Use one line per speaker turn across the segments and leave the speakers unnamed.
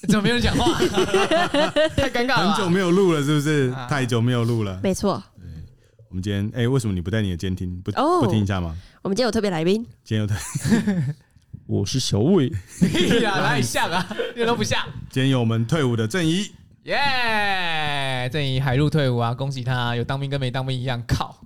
怎么没有人讲 话？太尴尬
啊
了吧。
很久没有录了，是不是？太久没有录了。
没错，
我们今天，哎、为什么你不带你的监听？不、
哦
不听一下吗？
我们今天有特别来宾，
今天有
我是小伟，
屁呀，哪里像啊？一点都不像。
今天有我们退伍的正 一，
耶！郑怡海陆退伍啊，恭喜他，有当兵跟没当兵一样。靠，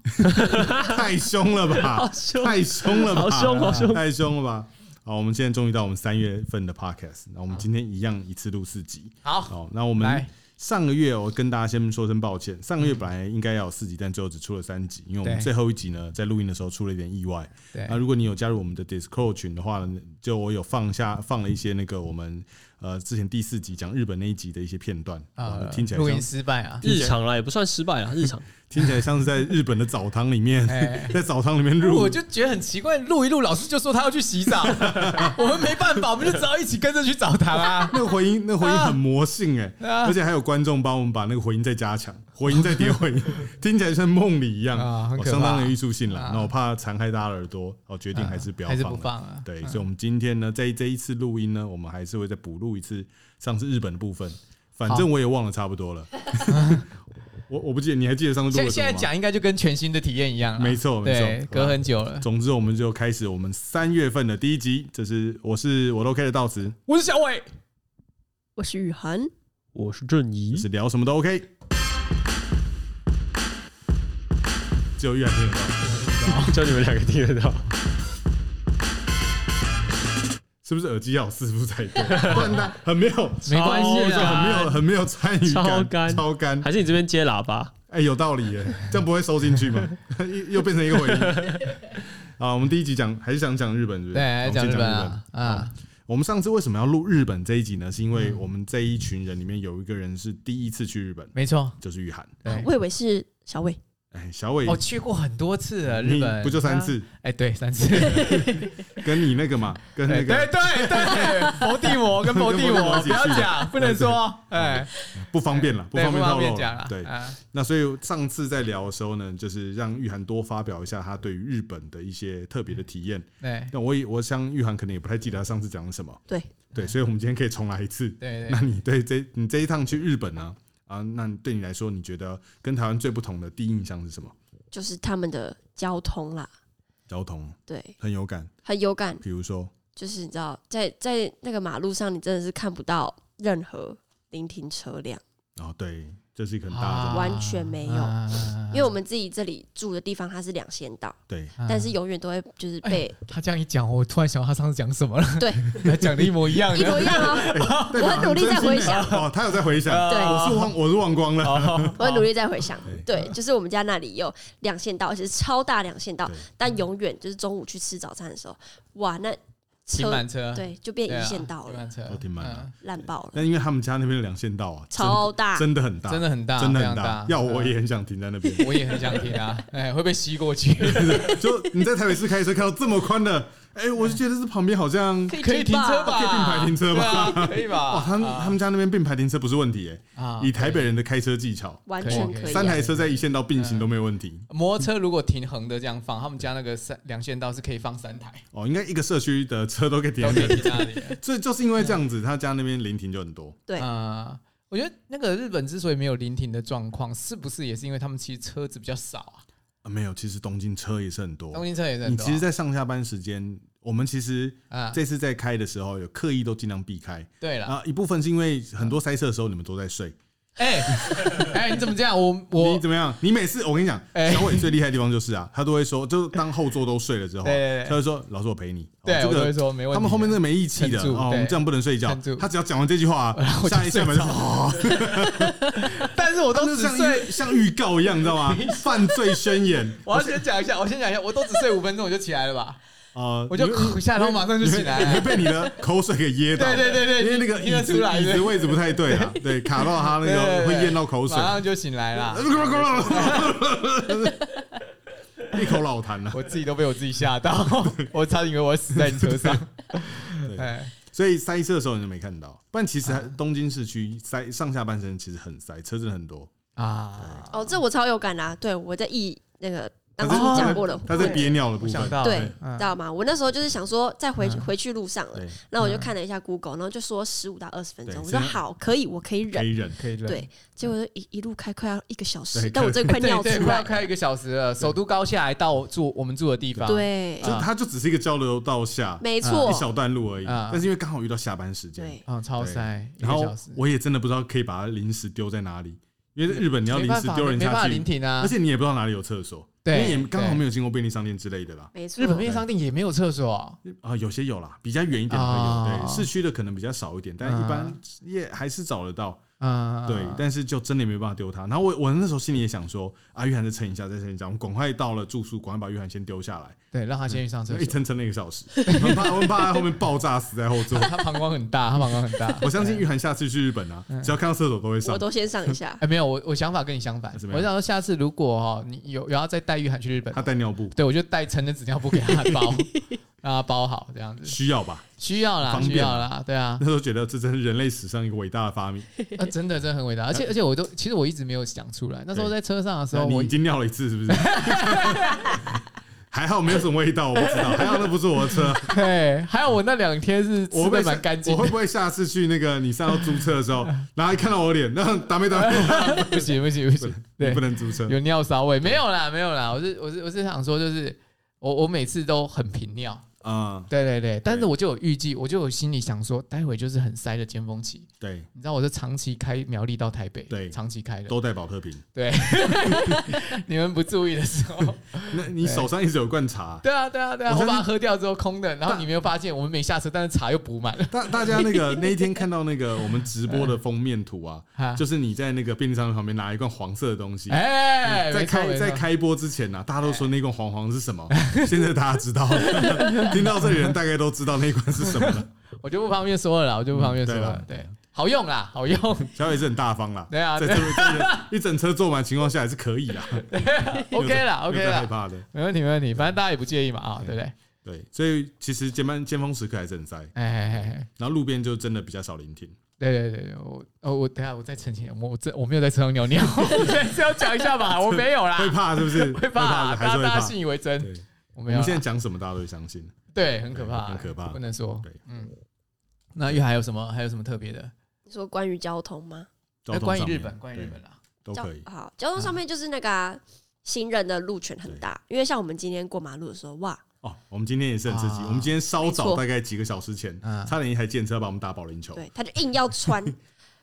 太凶了吧
好！凶
太凶了吧！啊
好凶好凶
太凶了吧！好，我们现在终于到我们三月份的 podcast，那我们今天一样一次录四集。
好，
好，那我们
来
上个月我跟大家先说声抱歉，上
嗯
个月本来应该要有四集，但最后只出了三集，因为我们
对
最后一集呢，在录音的时候出了一点意外。
对
那如果你有加入我们的 Discord 群的话呢，就我有放下放了一些那个我们呃之前第四集讲日本那一集的一些片段啊，听起来
呃录音
像
失败啊，
日常啦，也不算失败啊，日常。
听起来像是在日本的澡堂里面，
哎
在澡堂里面录
我。就觉得很奇怪，录一录，老师就说他要去洗 澡，我们没办法，我们就只好一起跟着去澡堂啊。
那个回音，那个回音很魔性哎、
啊
而且还有观众帮我们把那个回音再加强，回音再叠回音， 听起来像梦里一样，
啊很
哦
可怕
相当的艺术性了
啊。
那我怕残害大家的耳朵，哦，决定还是不要
还
放
是
了，
不放啊？
对，
嗯
所以我们今天呢，在这一次录音呢，我们还是会再补录一次上次日本的部分，反正我也忘了差不 多了。我我不记得，你还记得上次录
现
了什
现
么
在
吗？
讲应该就跟全新的体验一样啊，
没错没错
对，隔很久了。
总之，我们就开始我们三月份的第一集，这是我是我都 OK 的到词，
我是小伟，
我是雨涵。
我是郑怡
就，是聊什么都 OK。只有玉海听得到，
叫你们两个听得到。
是不是耳机要有四副才对？ 不然它很没有，
没关
哦
系啊啦
超干
很没有，很没有参与感，
超干
超干。
还是你这边接喇叭？
哎、有道理耶，这样不会收进去吗？ 又又变成一个回音。啊，我们第一集讲还是想讲日本，是不是？
对，
好我
讲
们
日
先讲
本啊，啊，
我们上次为什么要录日本这一集呢？是因
嗯
为我们这一群人里面有一个人是第一次去日本，
没错，
就是玉涵。
对，
我以为是小伟，
哎，小伟，
我哦去过很多次了，日
你
本
不就三？次？
哎，对，三次，
跟你那个嘛，跟那
对对
个
对，佛地魔跟佛地魔，不要讲，不能说，哎，
不方便了，不
对
方
不
便
方
透露
便
了
讲啊，
对，
啊
那所以上次在聊的时候呢，就是让玉涵多发表一下他对于日本的一些特别的体验。
对
那我也我想玉涵可能也不太记得他上次讲了什么。
对
嗯
对，所以我们今天可以重来一次。
对
那
对，
你对这你这一趟去日本呢？啊，那你对你来说，你觉得跟台湾最不同的第一印象是什么？
就是他们的交通啦，
交通
对，
很有感，
很有感。
比如说，
就是你知道，在在那个马路上，你真的是看不到任何临停车辆，
哦，对，这是一个很大的
啊完全没有
啊
因为我们自己这里住的地方它是两线道，
对，
但是永远都会就是被
他这样一讲，我突然想到他上次讲什么了，
对，
他讲的一模一样
一模
的，
一样啊！
代 表
我很努力在回想，
哦，他有在回想，
对
我是忘我是忘光了，
我很努力在回想
对。
对，就是我们家那里有两线道，而且是超大两线道
对，
但永远就是中午去吃早餐的时候，哇，那
停
车
满车，
对就变
对啊，
一线道
停
了，
满车
都停哦满了
嗯
烂爆了，
那因为他们家那边的两线道啊，真
超大。
真的很大，
真的很大，
真的
非
很
常大。
要我也很想停在那边。
嗯，我也很想听 啊，哎，会被吸过去，
就你在台北市开车看到这么宽的，哎，我就觉得这旁边好 像
可以
可以停车吧？
可以并排停车吧
对啊？可以吧？
哇，他们他们家那边并排停车不是问题哎，
啊
以台北人的开车技巧，
完
可以
全
可以
可以啊、
三台车在一线道并行都没有问题
摩托车如果停横的这样放，他们家那个三两线道是可以放三台，
哦，应该一个社区的车都可以停
都
在
可
那
以
里。
停在那里。
所以就是因为这样子，他家那边临停就很多，
对
啊，我觉得那个日本之所以没有临停的状况，是不是也是因为他们其实车子比较少啊？
啊没有，其实东京车也是很多
东。京车也是很
你
多啊。
其实，在上下班时间，我们其实
啊，
这次在开的时候，有刻意都尽量避开
对了，
啊，一部分是因为很多塞车的时候你们都在睡，
哎 哎，你怎么这样？我
你
我
怎么样？你每次我跟你讲，
哎
小伟最厉害的地方就是啊，他都会说，就是当后座都睡了之后啊，
对对对
他就说老师我陪你。哦
对
这
我都会
个
说没问题。啊
他们后面真的没义气的
撑住
哦，我
对
们这样不能睡觉
撑住。
他只要讲完这句话啊，
我就
下一下门就 哦，
但是我
他
都
就
只
像
睡
预像预告一样，你知道吗？犯罪宣 言。
我要先讲一下，我先讲一下，我都只睡五分钟我就起来了吧，
呃，
我就
你会
哭一下，然后马上就起来
你会
了。
被你的口水给噎到。
对对对对，
因为那个
听
椅
得
子
出来
椅
对
子位置不太对啊，对，卡到他那
对对
个
对
会咽到口水，
马上就醒来啦。
一口老痰了。啊
我自己都被我自己吓到， 我差点以为我会死在你车上。
对
哎，
所以塞车的时候你就没看到，不然其实还东京市区塞上下半身其实很塞，车真的很多。
啊，
哦，这我超有感的、啊。对，我在义那个当
他
初
是
讲过的，
他在憋尿的部
我想
分，
到
对
了，
知
嗯
道吗？我那时候就是想说，在回回去路上了，
嗯对，嗯
那我就看了一下 Google，然后就说十五到二十分
对
钟，我
这
说
样
好，可以，我可以
可
忍。
以忍，
可以了。
对，结果就一一路开快要一个小时
对，
但我真的快
对
尿
对，
出
快要
来。
开一个小时了，首都高下来到我住我们住的地方。，
对
就，它就只是一个交流道下
没
啊一
错，
小段路而已，
啊
但是因为刚好遇到下班时间，
对，
啊，超塞，一
然
个
后
小时，
我也真的不知道可以把它临时丢在哪里，因为日本你要
没
临
办
时
法
丢人
没办
下
法
去
临，停啊
而，且你也不知道哪里有厕所，因
对
为也刚好
对
没有经过便利商店之类的啦。
没错。
日本便利商店也没有厕所啊，
啊，有些有啦，比较远一点会有，
啊
对，市区的可能比较少一点，但一般
啊
也还是找得到，
啊，
对，但是就真的没办法丢它。然后我我那时候心里也想说，啊，约翰再撑一下，再撑一下，我们赶快到了住宿，赶快把约翰先丢下来，
对，让他先去上厕
一
所。
撑撑了一个小时，我很怕我很怕他后面爆炸死在后座。
他膀胱很 大，他膀胱很大。。
我相信玉涵下次去日本啊，只要看到厕所都会上
我。都 先上一下
哎，没有，我我想法跟你相反，
怎么
我
样
想说下次如果哦，你有有要再带玉涵去日本
他，带尿布
对我就带成人纸尿布给他 包，让他包好这样子，
需要吧？
需要啦，
方便
需要啦，对啊，
那时候觉得这真是人类史上一个伟大的发明。
啊，真的真的很伟大，而且而且我都其实我一直没有想出来，那时候在车上的时候，
呃你
我
已经尿了一次是不是？ 还好没有什么味道，我不知道。还好那不是我的车，
对，还有我那两天是
我
吃
会不会
的蛮干净
我会
的，
不会下次去那个你上到租车的时候，然后 一看到我脸，那打没打没？
不行不行不行，对
你不，能租车。
有尿骚味，没有啦没有啦，我是我是我是想说就是。我我每次都很频尿，
啊，
对对对，但是我就有预计，我就有心里想说，待会就是很塞的尖峰期，
对，
你知道我是长期开苗栗到台北，
对
长期开的，
都带保特瓶。
对， 你们不注意的时候，
那你手上一直有罐茶，
对啊对啊对啊，
我相
我
信
把它喝掉之后空的，然后
大
你没有发现，我们没下车，但是茶又补满了，
大大家 那个那一天看到那个我们直播的封面图啊，
哈
就是你在那个便利商店旁边拿一罐黄色的东西，
哎，
在
没错哎
开
没
在
错，
开播之前呢、大家都说那罐黄黄是什么， 现在大家知道 了，听到这里的人大概都知道那罐是什么了。
我就不方便说了啦，我就不方便说了
嗯，对啦
对，好用啦，好用，
小野是很大方啦，
对啊
在这个一整车坐满情况下还是可以啦
OK 啦
没有在
OK
害
啦，
怕的。
没问题没问题，反正大家也不介意嘛啊，对不对？
对，所以其实尖峰尖峰时刻还是很塞，
哎哎哎哎。
然后路边就真的比较少聆听。
对对对，对我哦，我等一下我再澄清，我我这我没有在车上尿尿，我还是要讲一下吧，我没有啦，
会怕是不是？
啊 会怕
的
啦，
还
大家
是会
大家
怕。
信以为真，
对，
我
我
没有
们
啦。
现在讲什么大家都会相信。
对，很可怕，
对很可怕
不能说。
对，
嗯，那玉还有什么？还有什么特别的？
你说关于交通吗？
交
那哎
通
关于
上
日
面
本，关于日本啦，
都
交
可以。嗯
好，交通上面就是那个啊行人的路权很大，因为像我们今天过马路的时候，哇，
哦，我们今天也是很刺激。
啊
我们今天稍
没
早，
错
大概几个小时前，
嗯
差点一台电车把我们打保龄球。
对，他就硬要 穿，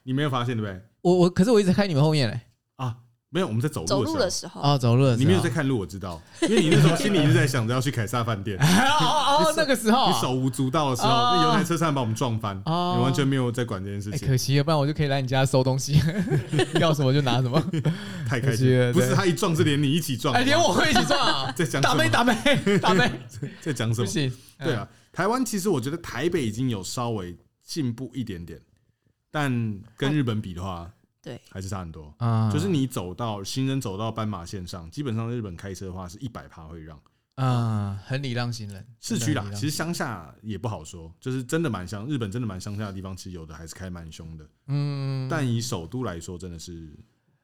你没有发现对不对？
我我可是我一直开你们后面嘞，
啊，没有，我们在走
走
路
路
的
的
时
时候，
哦，走路的
候，
时
你
候，
没有在看路，我知道，因为你那时候心里一直在想着要去凯撒饭店，
哦 哦，那个时候
你
啊，
手无足蹈的时候，
哦
那有一台车差点把我们撞翻，你
哦
完全没有在管这件事
哎，
情
可，惜了，不然我就可以来你家收东西， 要什么就拿 什么，
太开
可惜
心了。
了
不是
对
他一撞是连你一起撞，
哎，连我会一起撞 啊，
在讲什么
打妹打妹 打妹，
在讲什
不
么？
行，嗯
对啊，台湾其实我觉得台北已经有稍微进步一点点，但跟日本比的话，
对，
还是差很多。
啊
就是你走到行人走到斑马线上，基本上日本开车的话是一百趴会让
啊，很礼让行人，
市区
真
啦
的很礼，让
其实乡下也不好说，就是真的蛮乡，日本真的蛮乡下的地方，其实有的还是开蛮凶的，
嗯，
但以首都来说，真的是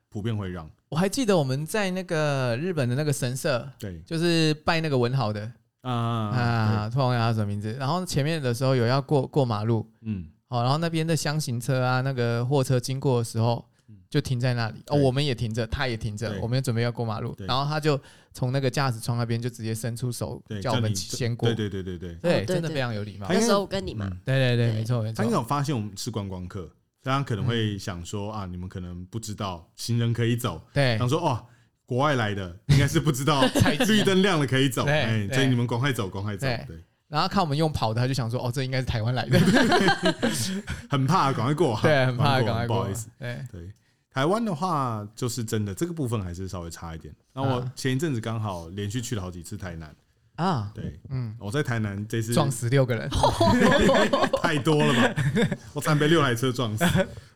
普遍会让。
我还记得我们在那个日本的那个神社，
对
就是拜那个文豪的
啊，
啊，突然忘记他什么名字，然后前面的时候有要过过马路。
对嗯，
好，然后那边的箱型车啊，那个货车经过的时候
嗯，
就停在那里。哦，
对
我们也停着，他也停着
对，
我们也准备要过马路，
对
然后他就从那个驾驶窗那边就直接伸出手
对，
叫我们
你
先过
对。对对对对，
对，
哦对
真的
对
非常有礼貌
他。应
那
该
时候我跟你嘛，
嗯
对对对，
对
没错没错
他应该。有发现我们是观光客，大家可能
嗯
会想说啊，你们可能不知道行人可以走，
对
想说哦，国外来的应该是不 知道绿灯亮了可以走，
对
哎，
对
所以你们赶快走，赶快走，
对
对，
然后看我们用跑的，他就想说，哦，这应该是台湾来 的，
很怕，赶快过，
对，很怕，赶快
不
过
好意思。。
对，
对，台湾的话就是真的这个部分还是稍微差一点。那我
啊
前一阵子刚好连续去了好几次台南，
啊，
对
嗯，
我在台南这次
撞死六个人，
太多了吧，我差点被六台车撞死。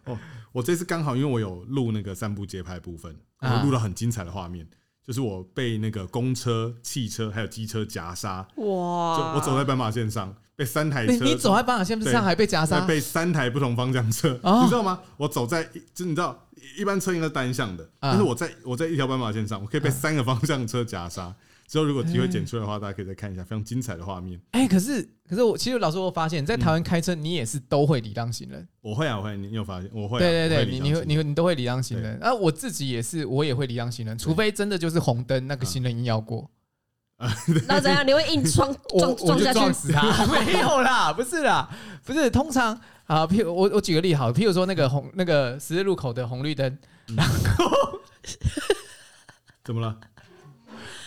哦，我这次刚好因为我有录那个散步街拍部分，
啊
我录到很精彩的画面。就是我被那个公车、汽车还有机车夹杀，就
哇！
我走在斑马线上，被三台
啊你
车
你走在斑马线上还被夹
还
杀，
被三台不同方向车，
啊哦
你知道吗？我走在一就你知道一般车应该是单向的，
啊
但是我在我在一条斑马线上，我可以被三个方向车 夹杀。之后如果有机会剪出来的话，大家可以再看一下，非常精彩的画面。
哎、可是可是我其实老师我发现，在台
嗯
湾开车你也是都会礼让行人，
我会啊，我会，你你有发现？我会啊，
对对
我
对，
理
你你
想型
会你会你都会礼让行人，啊，我自己也是，我也会礼让行人，除非真的就是红灯
嗯
那个行人硬要过，
那怎样？你会硬 撞
我
撞
我
撞
就
下
撞
去？
死他， 没有啦，不是啦，不是，通常啊，譬如我我举个例好，譬如说那个红那个十字路口的红绿灯，
怎么了？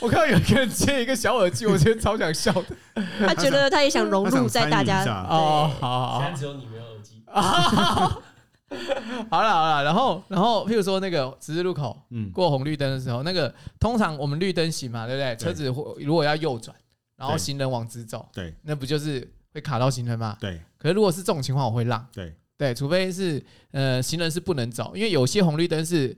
我看到有一个人接一个小耳机，我觉得超想笑的。
他觉得他也想融
他
入
想
在
参与
大
一
家
下
哦，好好
现
好
在，只有你没有耳机，
好了好了，然后然后譬如说那个十字路口
嗯，
过红绿灯的时候，那个通常我们绿灯行嘛，对不对？
对
车子会如果要右转，然后
对
行人往直走，
对
那不就是会卡到行人吗？
对
可是如果是这种情况，我会让。
对，
对，除非是呃行人是不能走，因为有些红绿灯是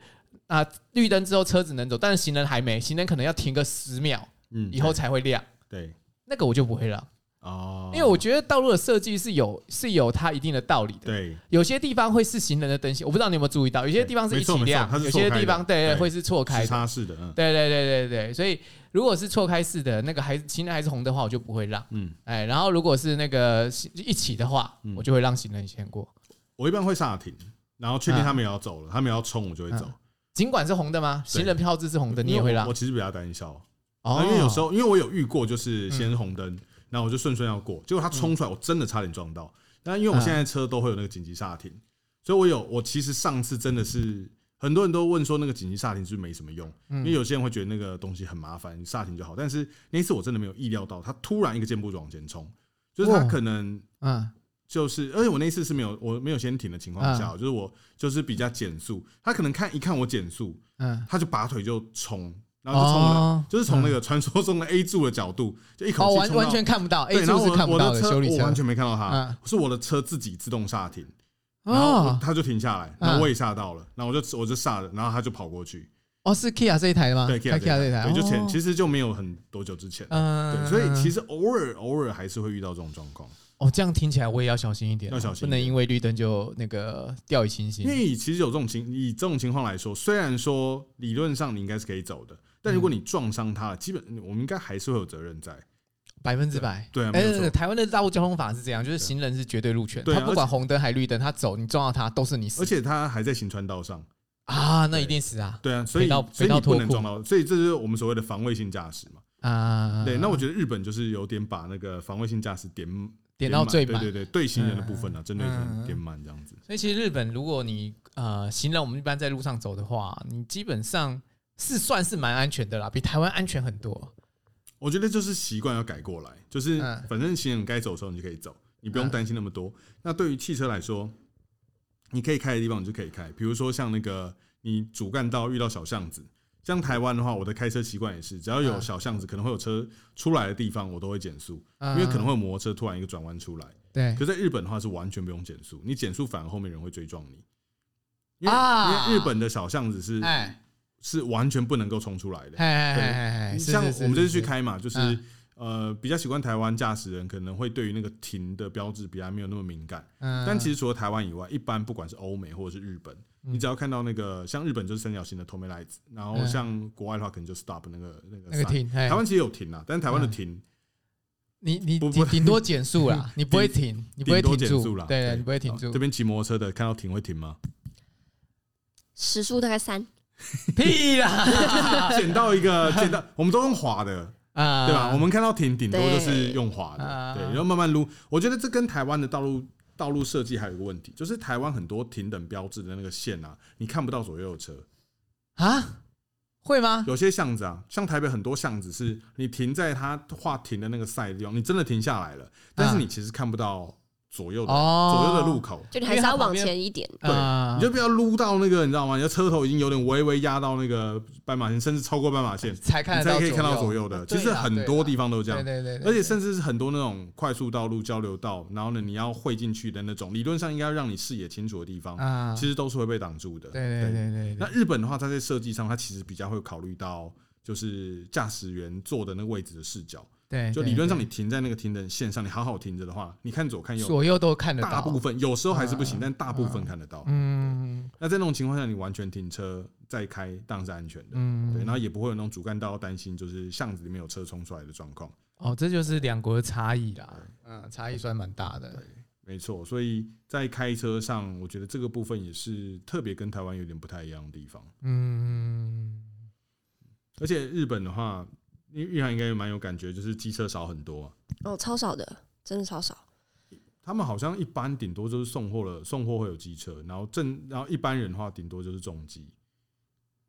啊、绿灯之后车子能走，但是行人还没，行人可能要停个十秒
嗯，
以后才会亮，
对
那个我就不会让，
哦，
因为我觉得道路的设计是有是有它一定的道理的。
对
有些地方会是行人的灯线，我不知道你有没有注意到，有些
对
地方是
没
一起
错没错
亮
它，是
有
错
些
开
地
的
方对
对
会是错开
时
的。
差式的，嗯
对对对对对，所以如果是错开式的那个还是行人还是红的话，我就不会让。
嗯，
哎，然后如果是那个一起的话，
嗯
我就会让行人先过，
我一般会刹停，然后确定
嗯
他们也要走了，他们也要冲，我就会走。
尽管是红的吗？
对
行人票志是红啊的，你也
因为
会
我
让
我？其实比较胆小，
哦
啊
嗯
因为有时候因为我有遇过，就是先是红灯，然后我就顺顺要过，结果他冲出来，我真的差点撞到。但因
嗯
为我现在车都会有那个紧急刹停，所以我有我其实上次真的是很多人都问说那个紧急刹停是不是没什么用，
嗯
因为有些人会觉得那个东西很麻烦，刹停就好。但是那一次我真的没有意料到，他突然一个箭步就往前冲，就是他
哇
可能
嗯
就是，而且我那一次是没有我没有先停的情况
嗯
下，就是我就是比较减速，他可能看一看我减速，
嗯，
他就拔腿就冲，然后就冲了，
哦
就是从那个传说中的 A 柱的角度，就一
哦，
口气
完
冲到
完全看不到，A
对，然
柱
后
是
我
看不
我
到
的
的修理
我
车
完，全没看到他，
嗯
是我的车自己自动刹停，然后我
哦
他就停下来，然后我也吓到了，然后我就我就刹了，然后他就跑过去，
哦是 Kia 这一台的吗？
对
开
Kia
Kia 这一台，
对，就前
哦
其实就没有很多久之前，
嗯
对，所以其
实
实偶尔偶尔还是会遇到这种状况。
哦这样听起来我也要小心一点啊，
要小心一点
不能因为绿灯就那个掉以轻
因
心。
为其实有这种情，以这种情况来说，虽然说理论上你应该是可以走的，但如果你撞伤他了，基本我们应该还是会有责任在。
百分之百。
对啊，没
哎
有错，
台湾的道路交通法是这样，就是行人是绝对路权，
对啊
他不管红灯还绿灯，他走你撞到他都是你死
而且他还在行川道上。
啊，那
对
一定死啊
对啊，所以
赔到赔
所以
到
你
脱
不
裤
能撞到，所以这就是我们所谓的防卫性驾驶嘛。
啊！
对，那我觉得日本就是有点把那个防卫性驾驶点
点到最
对
满
对，对，对行人的部分呢，针对
嗯嗯嗯
点满这样子。
所以其实日本，如果你呃行人，我们一般在路上走的话，你基本上是算是蛮安全的啦，比台湾安全很多。
我觉得就是习惯要改过来，就是
嗯
反正行人该走的时候你就可以走，你不用
嗯
担心那么多。那对于汽车来说，你可以开的地方你就可以开，比如说像那个你主干道遇到小巷子，像台湾的话，我的开车习惯也是，只要有
嗯
小巷子可能会有车出来的地方，我都会减速，因
因
为可能会有摩托车突然一个转弯出来。
对
可在日本的话是完全不用减速，你减速反而后面人会追撞你，因为
啊
因为日本的小巷子是
哎
是完全不能够冲出来的嗯
哎。哎哎哎，是
像
是是
我们这次去
是
开嘛，就是
嗯
呃，比较习惯台湾驾驶人可能会对于那个停的标志比较没有那么敏感，
嗯
但其实除了台湾以外，一般不管是欧美或者是日本，你只要看到那个像日本就是三角形的 t o m e l i g h t 然后
嗯
像国外的话可能就 stop 那个那个
那个
sign。
停，嗯哎
台湾其实有停啦，但是台湾的停
你你
不
顶
不
顶多减速 啦，你不会停，你不
顶
会
多
停
减
住
速啦，哦
对对，你不会停住
这，边骑摩托车的看到停会停吗？
时速大概三，
屁啦
捡啊到 一个，捡到，我们都用滑的，
啊，
对吧？我们看到停，顶多就是
对
用滑的，
啊
对，然后慢慢撸。我觉得这跟台湾的道路道路设计还有一个问题，就是台湾很多停等标志的那个线啊，你看不到左 右的车。
啊会吗？
有些巷子啊，像台北很多巷子是你停在它画停的那个赛地方，你真的停下来了，但是你其实看不到左右的
啊哦
左右的路口。
就你还是要往前一点。
对
啊
你就不要撸到那个，你知道吗？你的车头已经有点微微压到那个斑马线，甚至超过斑马线，
才看
你
得
才
到
可以看到左
右
右的。
对
其
啦
实很多地方都这样
对，啊对对，对
而且甚至是很多那种快速道路、交流道，然后呢，你要汇进去的那种，理论上应该要让你视野清楚的地方，
啊，
其实都是会被挡住的。
对对对对对，
那日本的话，它在设计上，它其实比较会考虑到，就是驾驶员坐的那个位置的视角。
对，
就
对
理论上，
对
你停在那个停等线上，你好好停着的话，你看左看右，
左右都看得到，
大部分有时候还是不
嗯
行，但大部分看得到。
嗯
那在那种情况下，你完全停车再开，当然是安全的。
嗯，
对，然后也不会有那种主干道担心就是巷子里面有车冲出来的状况。
哦，这就是两国的差异啦，嗯，差异算蛮大的，
没错，所以在开车上，我觉得这个部分也是特别跟台湾有点不太一样的地方。
嗯，
而且日本的话，因为玉涵应该也蛮有感觉，就是机车少很多啊、
哦，超少的，真的超少。
他们好像一般顶多就是送货了，送货会有机车，然后正然后一般人的话，顶多就是重机。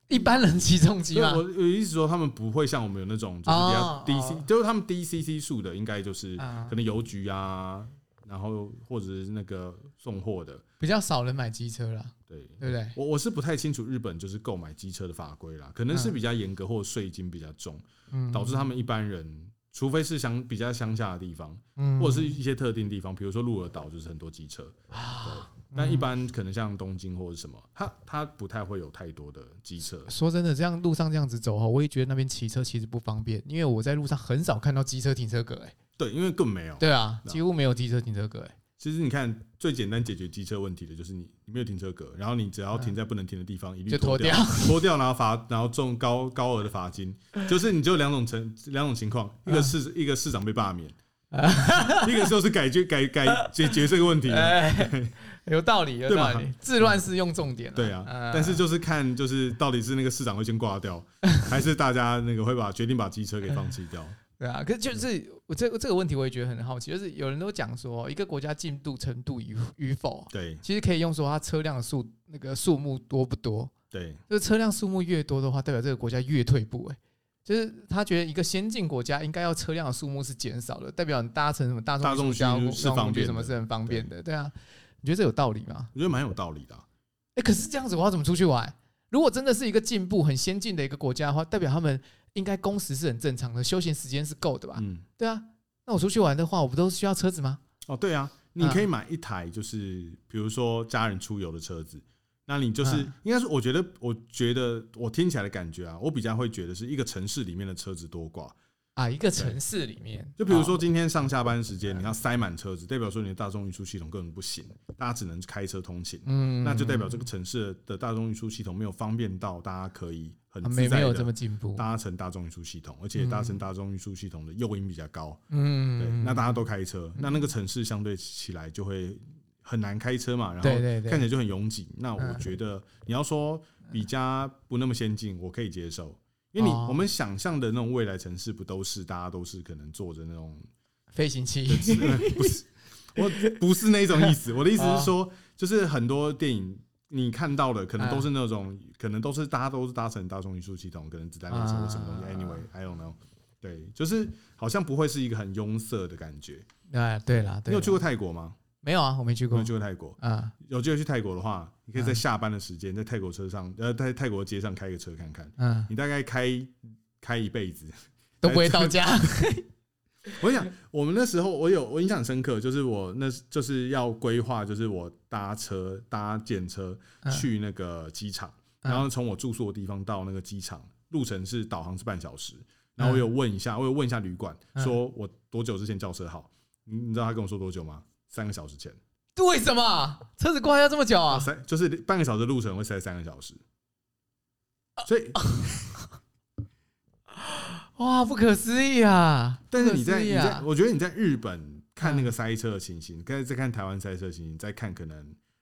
一般人骑重机
所以
吗
我？我意思说，他们不会像我们有那种就是比较
啊哦
DC，、
哦
就是他们 DCC 数的，应该就是
啊
可，能邮局啊，然后或者是那个送货的。
比较少人买机车啦，
对
对不对？
我我是不太清楚日本就是购买机车的法规啦，可能是比较严格或者税金比较重，
嗯，
导致他们一般人，除非是乡比较乡下的地方，
嗯，
或者是一些特定地方，比如说鹿儿岛就是很多机车，对但一般可能像东京或者什么，它它不太会有太多的机车。
说真的，这样路上这样子走哈，我也觉得那边骑车其实不方便，因为我在路上很少看到机车停车格、欸，哎，
对，因为更没有。
对啊，
对啊
几乎没有机车停车格、欸，
其实你看，最简单解决机车问题的就是你你没有停车格，然后你只要停在不能停的地方，一律
嗯就脱
脱
掉， 嗯
脱掉，然后罚，然后中高高额的罚金，就是你就两种情两种情况，一个市一个市长被罢免，
嗯
一个就是改决改改解决这个问题。
哎、有道理，有
对
道
嘛
理，治乱世用重点啦，
对啊
嗯，
但是就是看就是到底是那个市长会先 挂掉，还是大家那个会把决定把机车给放弃掉？
对啊，可是就是我这这个问题，我也觉得很好奇，就是有人都讲说，一个国家进步程度与与否，
对
其实可以用说它车辆的数那个数目多不多，
对，
就是车辆数目越多的话，代表这个国家越退步、欸。就是他觉得一个先进国家应该要车辆的数目是减少的，代表你搭乘什么大众
大众
运输交通
运输是
交通工具
方便
什么
的
是很方便的，对啊。你觉得这有道理吗？
我觉得蛮有道理的啊、
哎、可是这样子我要怎么出去玩？如果真的是一个进步很先进的一个国家的话，代表他们应该工时是很正常的，休闲时间是够的吧？
嗯，
对啊，那我出去玩的话，我不都需要车子吗？
哦，对啊，
嗯
你可以买一台，就是比如说家人出游的车子。那你就是
嗯
应该说，我觉得，我觉得我听起来的感觉啊，我比较会觉得是一个城市里面的车子多挂。
啊，一个城市里面，
就比如说
哦嗯
今天上下班时间，你要塞满车子，代表说你的大众运输系统根本不行，大家只能开车通勤，
嗯
那就代表这个城市的大众运输系统没有方便到大家可以很
啊没
自
没
在
有这么嗯
的
进步，
搭乘大众运输系统，而且搭乘大众运输系统的诱因比较高，对，
嗯，
那大家都开车，那那个城市相对起来就会很难开车嘛，然后
对对对
看起来就很拥挤。那我
嗯
觉得你要说比家不那么先进，我可以接受，因为你
哦
我们想象的那种未来城市不都是大家都是可能坐着 那种，
飞行器
不是我不是那种意思，我的意思是
哦
说，就是很多电影。你看到的可能
嗯
都是那种，可能都是大家都是搭乘大众运输系统，可能子弹列车或什么东西。
啊
Anyway，I don't know。对，就是好像不会是一个很拥塞的感觉。
啊，对啦，
你
对啦，
有去过泰国吗？
没有啊？我没去
我没
过
有去过泰国。
啊，
有机会去泰国的话，你
嗯
可以在下班的时间，在泰国车上，呃，在泰国街上开个车看看。
嗯，
你大概开开一辈子。
都不会到 家，
我想，我们那时候我有我印象很深刻，就是我那就是要规划，就是我搭车搭电车
嗯
去那个机场，
嗯
然后从我住宿的地方到那个机场，路程是导航是半小时。然后我有问一下，我有问一下旅馆，
嗯
说我多久之前叫车好？你你知道他跟我说多久吗？三个小时前。
为什么车子挂要这么久啊？
塞，哦就是半个小时的路程会塞三个小时，
哦
所以，
哇，不可思议啊！
但是你在
不可思
你
议
在，
啊嗯
我觉得你在日本看那个塞车的情形，跟再看台湾塞车的情形，再看可能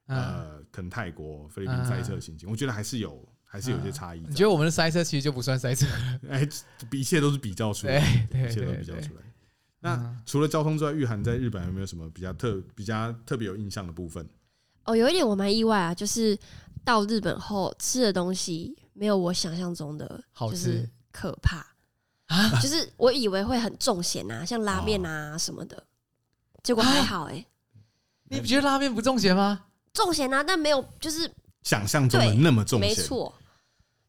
嗯，
呃，可能泰国、菲律宾塞车的情形，我觉得还是有还是有一些差
嗯
异
你觉得
在。
我们的塞车其实就不算塞车？
哎，比一切都是比较出
对
来，
对
一切都
对
比较
对嗯
出，来。那除了交通之外，玉涵在日本有没有什么比较特、比较特别有印象的部分？
哦，有一点我蛮意外啊，就是到日本后吃的东西没有我想象中的
好
就
吃
是可怕啊！就是我以为会很重咸啊，像拉面啊什么的，结果还好哎、
你不觉得拉面不重咸吗？
重咸啊，但没有就是
想象中的
对
那么重
没
咸，
错。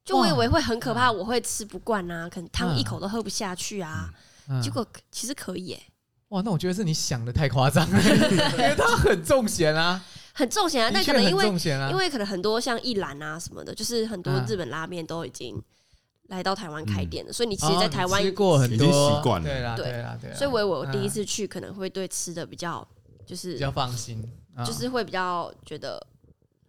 就我以
哇
为会很可怕，我会吃不惯啊，可能汤一口都喝不下去啊。
嗯
结果其实可以、欸，
哇，那我觉得是你想的太夸张了， 因为它很重咸啊，
很重咸啊。但
的
可
确
能
很
因为
重咸啊，
因为可能很多像一兰啊什么的，就是很多
嗯
日本拉面都已经来到台湾开店的，所以你其实，
哦
在
你
台湾
吃过很
已
多，
经习惯了
对啦，
对
对啦，对啦。
所以我以为我第一
嗯
次去可能会对吃的比较就是
比较放心，啊
就是会比较觉得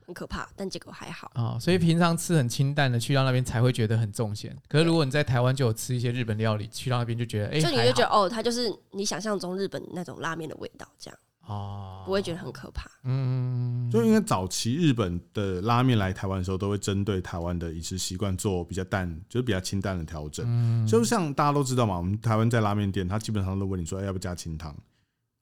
很可怕，但结果还好。
哦，所以平常吃很清淡的，去到那边才会觉得很重咸。可是如果你在台湾就有吃一些日本料理，去到那边就觉得，哎、
就你
还
就
好
觉得哦，它就是你想象中日本那种拉面的味道，这样
哦，
不会觉得很 可怕。
嗯，
就因为早期日本的拉面来台湾的时候，都会针对台湾的饮食习惯做比较淡，就是比较清淡的调整。
嗯
就像大家都知道嘛，我们台湾在拉面店，它基本上都问你说、哎要不要加清汤，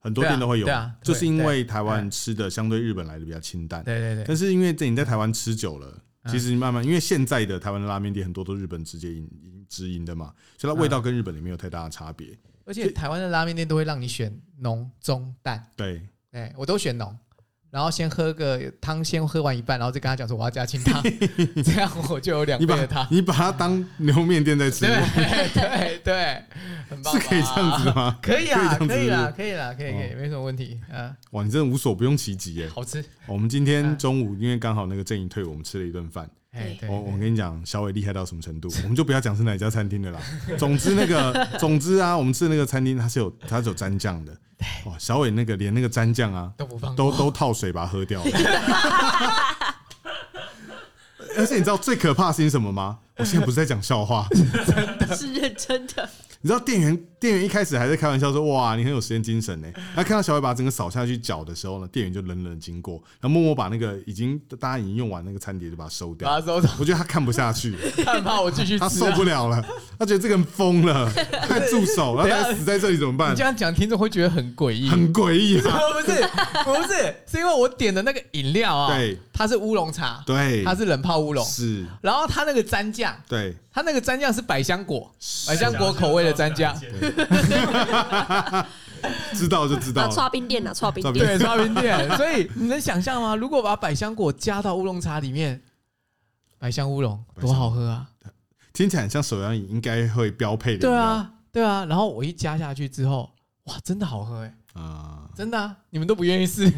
很多
对啊
店都会有
对啊，对
就是因
对
为台湾吃的相对日本来的比较清淡。
对对对，
但是因为这你在台湾吃久了，
嗯
其实你慢慢因为现在的台湾的拉面店很多都是日本直接引引直营的嘛，所以它味道跟日本也没有太大的差别。
而且台湾的拉面店都会让你选浓中淡，
对，
哎、我都选浓，然后先喝个汤，先喝完一半，然后再跟他讲说我要加清汤， 这样我就有两
你
倍
把
的汤。
你把它当牛面店在吃
对，对对，很棒，啊
是可以这样子。吗？
可以啊，
可以这样子
可
哦
以啦，可以啦，可以，可以，没什么问题。嗯，
哇，你真的无所不用其极耶！
好吃。
我们今天中午因为刚好那个阵营退伍，我们吃了一顿饭。
哎，嗯对，
哦我我跟你讲，小伟厉害到什么程度，我们就不要讲是哪一家餐 厅的啦。总之那个，总之啊，我们吃的那个餐厅它是有它是有蘸酱的。哇，小伟那个连那个蘸酱啊，
都不放过
都都套水把它喝 掉了。而且你知道最可怕的事情是什么吗？我现在不是在讲笑话，
是认真的，
你知道店员店员一开始还在开玩笑说：“哇，你很有实验精神 呢。”他看到小伟把整个扫下去搅的时候呢，店员就冷冷地经过，然后默默把那个已经大家已经用完那个餐碟就把它收掉
把。它收走，
我觉得他看不下 去，
他怕我继续吃
他
啊。
受不了了，他觉得这个人 疯了，快住手，然后
等一下
他死在这里怎么办
你这？样讲，听众会觉得很诡异。
很诡异啊！
不是，不是，是因为我点的那个饮料啊，
对，
它是乌龙茶，
对，
它是冷泡乌龙，
是，
然后它那个蘸酱，
对，
它那个蘸酱是百香果，百香果口味的蘸
啊
酱，
知道就知道
啊，
了。
刷冰店啊，刷冰
刷嗯冰
店，
对，刷冰店。所以你能想象吗？如果把百香果加到乌龙茶里面，百香乌龙多好喝啊！
听起来很像手摇饮应该会标配的饮料。
对啊，对啊。然后我一加下去之后，哇，真的好喝哎、
啊，
真的啊！你们都不愿意试，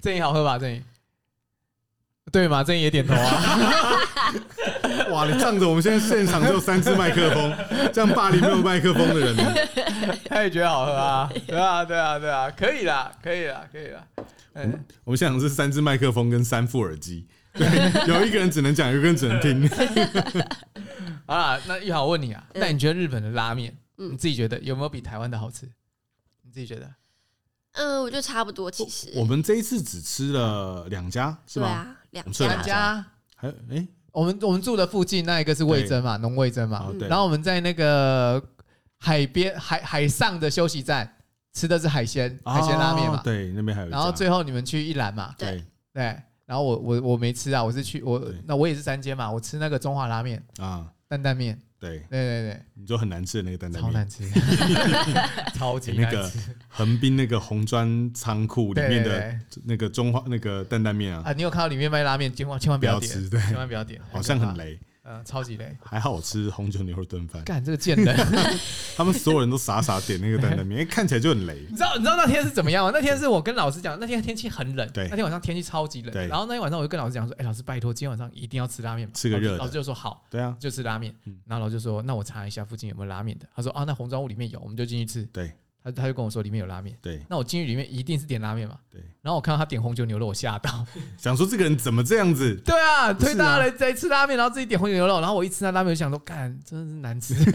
正义好喝吧？正义，对嘛？正义也点头啊。
哇！你仗着我们现在现场只有三支麦克 风，这样霸凌没有麦克风的人呢？
他也觉得好喝啊，对啊，对啊，对啊，可以啦，可以啦，可以啦。嗯，
我们现场是三支麦克风跟三副耳机， 对，有一个人只能讲，有一个人只能听。
好啦，那玉豪我问你啊，
嗯
那你觉得日本的拉面，
嗯
你自己觉得有没有比台湾的好吃？你自己觉得？
嗯，我觉得差不多，其实
我们这一次只吃了两家，是
对
吧？
啊，两
我们吃了
家
两家还有哎，
我们我们住的附近那一个是味增嘛，浓味增嘛
哦，对
然后我们在那个海边海海上的休息站吃的是海鲜海鲜拉面
哦
嘛，
对，那边还有一家。
然后最后你们去一兰嘛，
对
对，然后我我我没吃啊，我是去我
对
那我也是三间嘛，我吃那个中华拉面
啊，
担担面，
对，
对对
你说很难吃的那个担
对，
担
超
面，
难 吃，超级
欸那
难
个
吃
横滨那个红砖仓库里面
对
的那个中华那个担担面啊，
啊！你有看到里面卖拉面，千万千万不要点，
吃，对，
千万不要点，
好像很
累，
雷，
嗯，超级累。
还好我吃红酒牛肉炖饭。
干这个贱人！
他们所有人都傻傻点那个担担面，欸看起来就很雷。
你知道你知道那天是怎么样吗？那天是我跟老师讲，那天天气很冷，
对
那天晚上天气超级
对
冷，然后那天晚上我就跟老师讲说，哎，老师拜托，今天晚上一定要吃拉面吧，
吃个热的
老师就说好，
对啊，
就吃拉面
嗯。
然后老师就说，那我查一下附近有没有拉面的。他说啊，那红砖屋里面有，我们就进去吃。
对
他他就跟我说里面有拉面。
对
那我进去里面一定是点拉面嘛。
对，
然后我看到他点红酒牛肉，我吓到。
想说这个人怎么这样子？
对啊，
不是啊
推大家来在吃拉面，然后自己点红酒牛肉，然后我一吃那拉面，我就想说，干，真的是难吃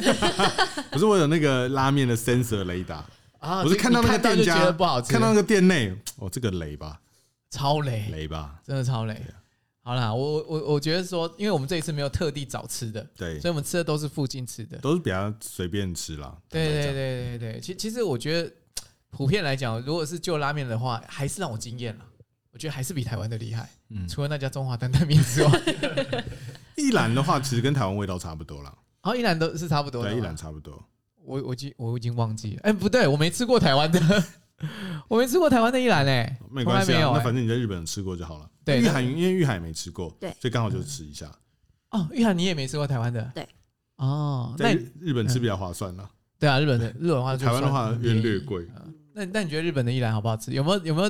可是我有那个拉面的 sensor 雷达，
啊！
我是
就
看到
你
那个
就
店
觉得
家
不好吃，
看到那个店内，哦，这个雷吧，
超雷，
雷吧，
真的超雷
对啊。
好啦，我我我我觉得说，因为我们这一次没有特地找吃的，
对
所以，我们吃的都是附近吃的。
都是比较随便吃啦。
对对对对对，其其实我觉得普遍来讲，如果是就拉面的话，还是让我惊艳了。啊我觉得还是比台湾的厉害，
嗯，
除了那家中华担担面之 外，
一兰的话，其实跟台湾味道差不多啦，
然后哦一兰都是差不多的
对，
嘛。
一兰差不多。
我我已经我已经忘记了，哎、不对，我没吃过台湾的， 我没吃过台湾的一兰嘞、
没关系
从来没有
啊，
欸
那反正你在日本吃过就好了。
对
玉海因为玉海没吃过，
对
所以刚好就吃一下。
哦，玉涵你也没吃过台湾的，
对，
哦，那
在
你
日日本吃比较划算啦，
对啊，日本的日本的话就
台湾的话
算
略略贵。
啊那那你觉得日本的一兰好不好吃？有没有有没有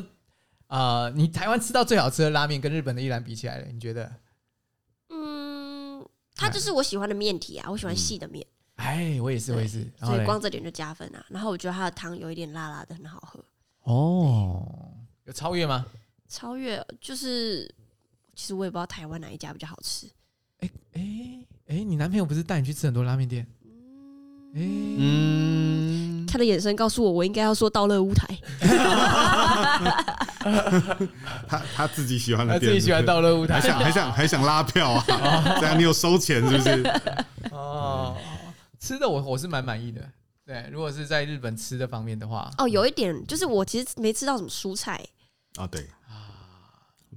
啊、呃你台湾吃到最好吃的拉面跟日本的一兰比起来了，你觉得？
嗯，
哎
它就是我喜欢的面体啊，我喜欢细的面，
哎，我也是，我也是。
嗯
然后
所以
嘞
光这点就加分啊。然后我觉得它的汤有一点辣辣的，很好喝。
哦，有超越吗？
超越就是，其实我也不知道台湾哪一家比较好吃。
哎哎，你男朋友不是带你去吃很多拉面店？哎，
嗯，
他的眼神告诉我，我应该要说到乐 屋台。
他他自己喜欢的
他
店，
啊自己喜欢到乐舞台，
还想还想还想拉票啊？这样你有收钱是不是？
哦，吃的我我是蛮满意的。对，如果是在日本吃的方面的话，
哦，有一点就是我其实没吃到什么蔬菜，
啊，对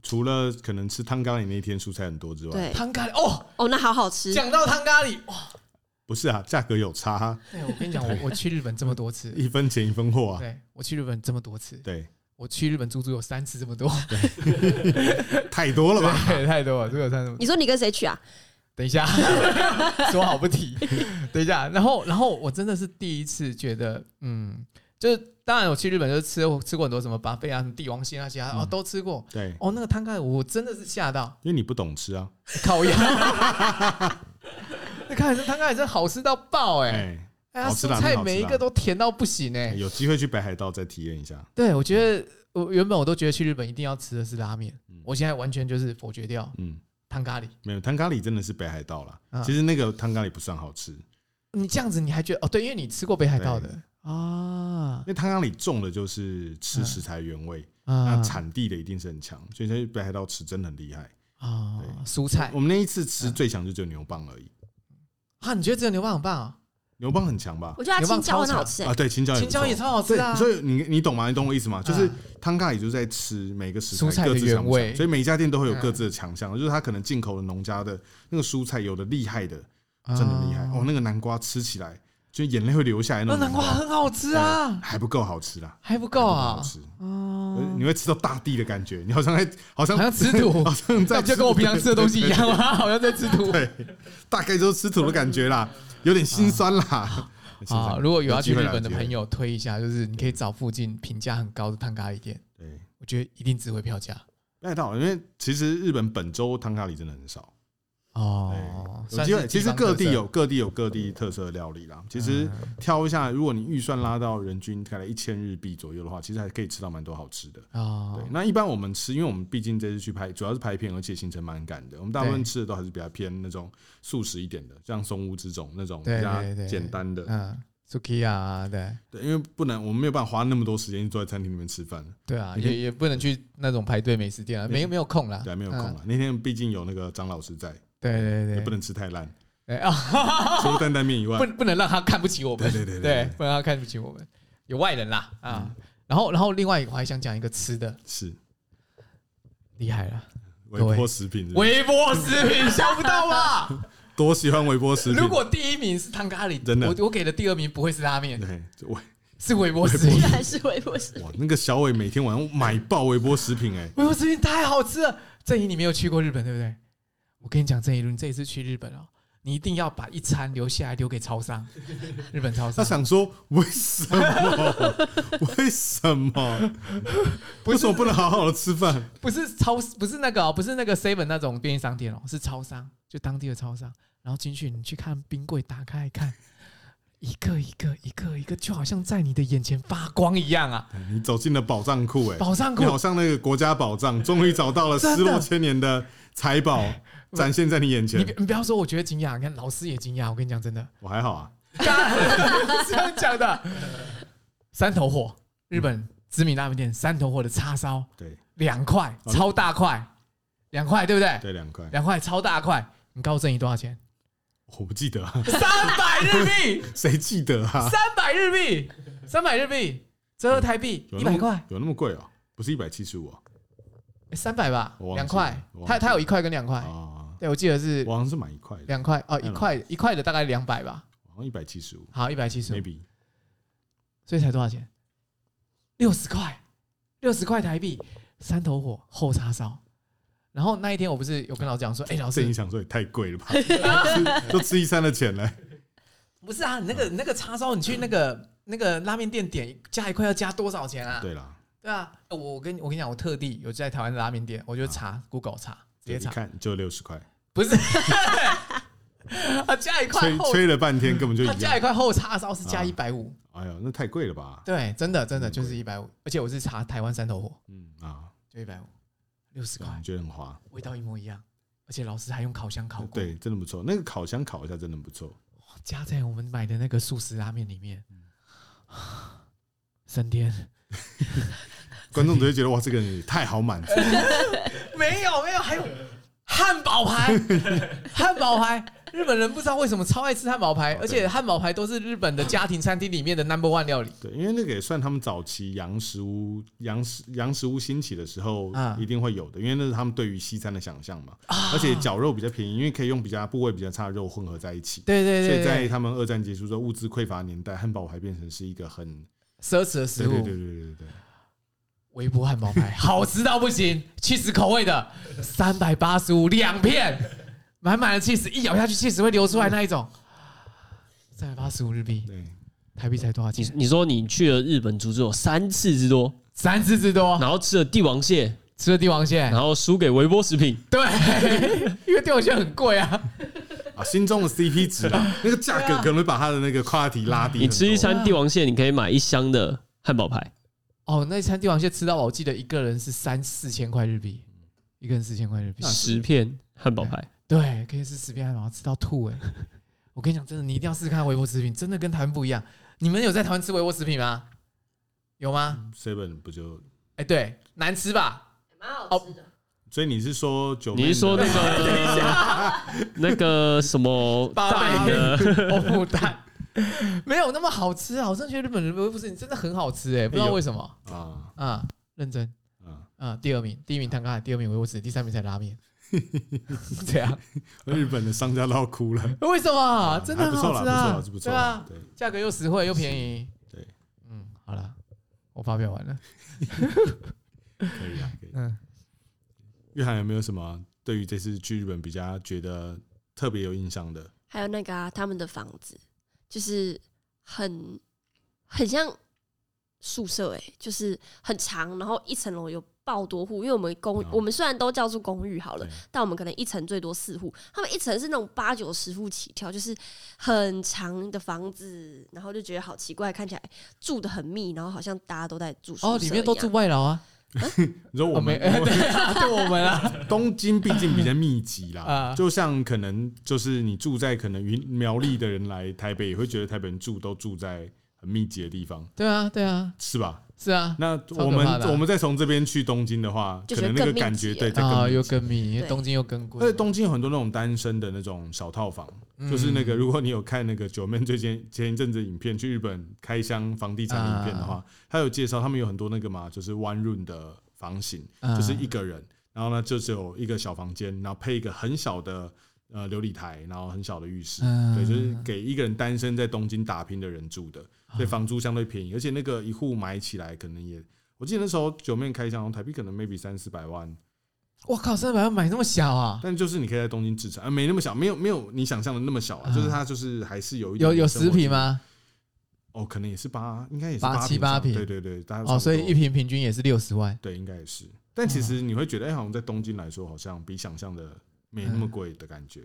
除了可能吃汤咖喱那一天蔬菜很多之外，
对，
汤咖喱哦，
哦，那好好吃。
讲到汤咖喱，哇，
不是啊，价格有差啊，
对我跟你讲，我我去日本这么多次，
一分钱一分货啊。
对我去日本这么多次，
对，
我去日本足足有三次这么多，
太多了吧？
对，太多了，足足有三次这么多。
你说你跟谁去啊？
等一 下，说好不提。等一下，然后，然后我真的是第一次觉得，嗯，就是当然我去日本就是吃吃过很多什么巴菲啊、什么帝王蟹那些啊，
嗯
哦都吃过。
对，
哦，那个汤咖喱我真的是吓到，
因为你不懂吃啊。
烤鸭。 那看这汤咖喱真好吃到爆哎！
哎，
哎，它
好吃啦
蔬菜
真的好吃啦
每一个都甜到不行哎。
有机会去北海道再体验一下。
对，我觉得我原本我都觉得去日本一定要吃的是拉面
嗯，
我现在完全就是否决掉
嗯，
汤咖喱。
没有汤咖喱真的是北海道啦。
啊
其实那个汤咖喱不算好吃，
你这样子你还觉得哦对，因为你吃过北海道的啊
因，为汤咖喱重的就是吃
嗯
食材原味，那
啊
产地的一定是很强，所以在北海道吃真的很厉害。
啊
对，
蔬菜
我们那一次吃最强就只有牛蒡而已，
啊，你觉得这个牛蒡很棒啊？
牛蒡很强吧？
我觉得它青椒很好吃、
啊，
欸，
对，青椒也
青椒也
不错
超好吃
对，
啊！
所以你你懂吗？你懂我意思吗？就是
啊
汤咖喱就是在吃每个食材
蔬菜的
各自强
原味嗯
项，所以每一家店都会有各自的强项。就是它可能进口的农家的那个蔬菜，有的厉害的，真的厉害
啊
哦，那个南瓜吃起来就眼泪会流下来那
那
种。
南瓜哦很好吃啊，
还不够好吃啦，
还不
还不
够啊
好！吃，
哦，
你会吃到大地的感觉，你好像在好像
好像吃土
好，像
那
在
不啊就跟我平常吃的东西一样吗？好像在吃土。
对，大概就是吃土的感觉啦，有点心酸啦。很 心
啊，
酸
如果有要去
机会
日
啦
本的
有机会
朋友，推一下，就是你可以找附近评价很高的汤咖喱店，
对，
我觉得一定值回票价
北海道，因为其实日本本州汤咖喱真的很少。
哦。
有
算
机
是
会，其
地
实
方
各
特
地
色嗯
有各地有各地特色的料理啦。其实挑一下，如果你预算拉到人均大概一千日币左右的话，其实还可以吃到蛮多好吃的。对
哦，，
那一般我们吃，因为我们毕竟这次去拍，主要是拍片，而且行程蛮赶的。我们大部分吃的都还是比较偏那种素食一点的，像松屋这种那种比
对
较
对对
简单的。
嗯，Suki 啊，对
对，因为不能，我们没有办法花那么多时间坐在餐厅里面吃饭。
对啊，
你可以
也也不能去那种排队美食店啊，没没有空啦，
对，没有空
嗯
了。那天毕竟有那个张老师在，
对对
也
对
不
对，
能吃太烂，
哎啊，
除了担担面以外
不，不能让他看不起我们，
对对对对嗯
对，不能让他看不起我们，有外人啦啊。然后然后另外一个我还想讲一个吃的，
是
厉害了，
微
各位
波食品是不是，
微波食品想不到 吧？
多喜欢微波食品。
如果第一名是汤咖喱，
真的
我我给的第二名不会是拉面，
对，就微
是微波食品。
还是微波食。
哇，那个小伟每天晚上买爆微波食品、哎，
微波食品太好吃了。郑怡，你没有去过日本对不对？我跟你讲，郑怡，你这一次去日本哦，你一定要把一餐留下来留给超 商，日本超商。
他想说为什么？ 为什么？为什么不能好好的吃饭？
不是超，不是那个、哦，不是那个 seven 那种便利商店哦，是超商，就当地的超商。然后进去，你去看冰柜，打开来看，一个一个一个一个，就好像在你的眼前发光一样啊！
哎你走进了宝藏库、哎，
宝藏库
你好像那个国家宝藏，终于找到了
真的
失落千年的财宝， 展现在你眼
你
前。
你不要说，我觉得惊讶，你看老师也惊讶。我跟你讲， 真的，
我还好啊，
干是这样讲的。三头火，日本知名拉面店三头火的叉烧，
对
两块，
哦
超大块，两块对不对？
对，两块，
两块超大块，你告诉郑怡多少钱？
我不记得、啊，
三百日币，
谁记得啊？
三百日币，三百日币，折合台币
嗯有
一
那
百
么
块，
有那么贵哦？不是一百七十五啊？
三百吧，
我忘记
两块
了我，忘记
它它有一块跟两块，
啊，
对我记得是
我好像嗯是买一块的，
两块哦，
那
一
种
块一块的大概两百吧，
好像一百七十五
好一百七十五，
，maybe
所以才多少钱？六十块，六十块台币，三头火厚叉烧。然后那一天我不是有跟老师讲说，哎，老
这
师
哦影，响说也太贵 了吧？吃就吃一餐的钱嘞。
不是啊，你那个你那个叉烧，你去那个那个拉面店点加一块要加多少钱啊？
对啦，
对啊，我我跟你我跟你讲，我特地有在台
啊
湾的拉面店，我就查 Google 查，直
一
接查，
看就六十块，
不是 他加一块
吹
后，
吹了半天根本就一
他加一
样。
块后叉烧是加
啊
一百五，
哎呀，那太贵了吧？
对，真的真的
嗯
就是一百五，而且我是查台湾山头火，
嗯啊，
就一百五，六十
对啊
块
你，觉得很划？
味道一模一样，而且老师还用烤箱烤过。
对，真的不错。那个烤箱烤一下真的不错。
加在我们买的那个素食拉面里面，
嗯
升 天
观众只会觉得哇，这个人也太好满足了。
没有没有，还有汉堡 排，汉堡排，日本人不知道为什么超爱吃汉堡排，
哦
而且汉堡排都是日本的家庭餐厅里面的 number one 料理。
对，因为那个也算他们早期洋食屋、洋食洋食屋兴起的时候
啊
一定会有的，因为那是他们对于西餐的想象嘛。
啊
而且绞肉比较便宜，因为可以用比较部位比较差的肉混合在一起。
对对
所以
对
在
对，
他们二战结束之后，物资匮乏年代，汉堡还变成是一个很
奢侈的
对
食
对对
物，
对对对，
微波汉堡排好吃到不 行，气死口味的，三百八十五两片，满满的气死，一咬下去气死会流出来那一种，三百八十五日币，
对
台币才多少
你
钱？
你说你去了日本足足有三次之多，
三次之多，
然后吃了帝王蟹，
吃了帝王蟹，
然后输给微波食品，
对， 因为帝王蟹很贵啊。
啊，心中的 CP 值 啊，那个价格可能会把它的那个 quality 拉
嗯
低很多。
你吃一餐帝王蟹，你可以买一箱的汉堡排，
哦，那一餐帝王蟹吃到饱，我记得一个人是三四千块日币，一个人四千块日币
那，是
十片汉堡排，
对，可以吃十片汉堡，吃到吐哎、我跟你讲，真的，你一定要试试看微波食品，真的跟台湾不一样。你们有在台湾吃微波食品吗？有吗？
seven 不就？
哎、对，难吃吧？
蛮好吃的。
所以你是说九妹的？
你是说那个 那个什么
八
大
倍
的？
欧布蛋 没有那么好吃啊！我真的觉得日本人微波食品真的很好吃哎、不知道为什么
啊
啊、认真。
啊，
啊、第二名，第一名蛋糕，第二名维我子，第三名才拉面， 这样？
日本的商家都要哭了，
为什么？啊真的
还
很
不错
好吃
啦，不错啦，
啊
是不，错
对
啦
啊，，
对。
价格又实惠又便宜。
对，
嗯，好了，我发表完了。
可以啊，可以。
嗯，
玉涵有没有什么对于这次去日本比较觉得特别有印象的？
还有那个、啊、他们的房子，就是很很像宿舍哎、就是很长，然后一层楼有爆多户，因为我们公、
哦
我们虽然都叫做公寓好了
对，
但我们可能一层最多四户，他们一层是那种八九十户起跳，就是很长的房子，然后就觉得好奇怪，看起来住的很密，然后好像大家都在住宿舍
哦，里面都
一
住
样
外劳啊，
你说我
哦没
们、
哎对啊，对我们啊，
东京毕竟比较密集啦，
啊
就像可能就是你住在可能云苗栗的人来台北，也会觉得台北人住都住在很密集的地方，
对啊，对啊，
是吧？
是啊，
那
可
我们
怕的啊
我们再从这边去东京的话，
就
可
觉得
能那个
更密
感觉
集
对，
了
再更
啊，
密
又
集
更密，因为
对
东京又更
而
贵
且，呃东京有很多那种单身的那种小套房，就是那个，
嗯
如果你有看那个九妹最前前一阵子影片，去日本开箱房地
啊
产的影片的话，他有介绍他们有很多那个嘛，就是 one room 的房型，
啊
就是一个人，然后呢就只有一个小房间，然后配一个很小的呃琉璃台，然后很小的浴室，
嗯
对，就是给一个人单身在东京打拼的人住的，
嗯
所以房租相对便宜，而且那个一户买起来可能也，我记得那时候九妹开箱台币可能 maybe 三四百
嗯
万，
我靠，三百万买那么小啊？
但就是你可以在东京置产，啊，没那么小，没有没有你想象的那么小啊，
嗯
就是它就是还是有一点
有有
生活
十
机
平
能？
吗？
哦，可能也是八，应该也是
八七
平上
八平
对对对，大概差
哦，
不
所以
多
一平平均也是六十万。
对应该也是。但其
嗯
实你会觉得，哎，好像在东京来说，好像比想象的没
嗯
那么贵的感觉。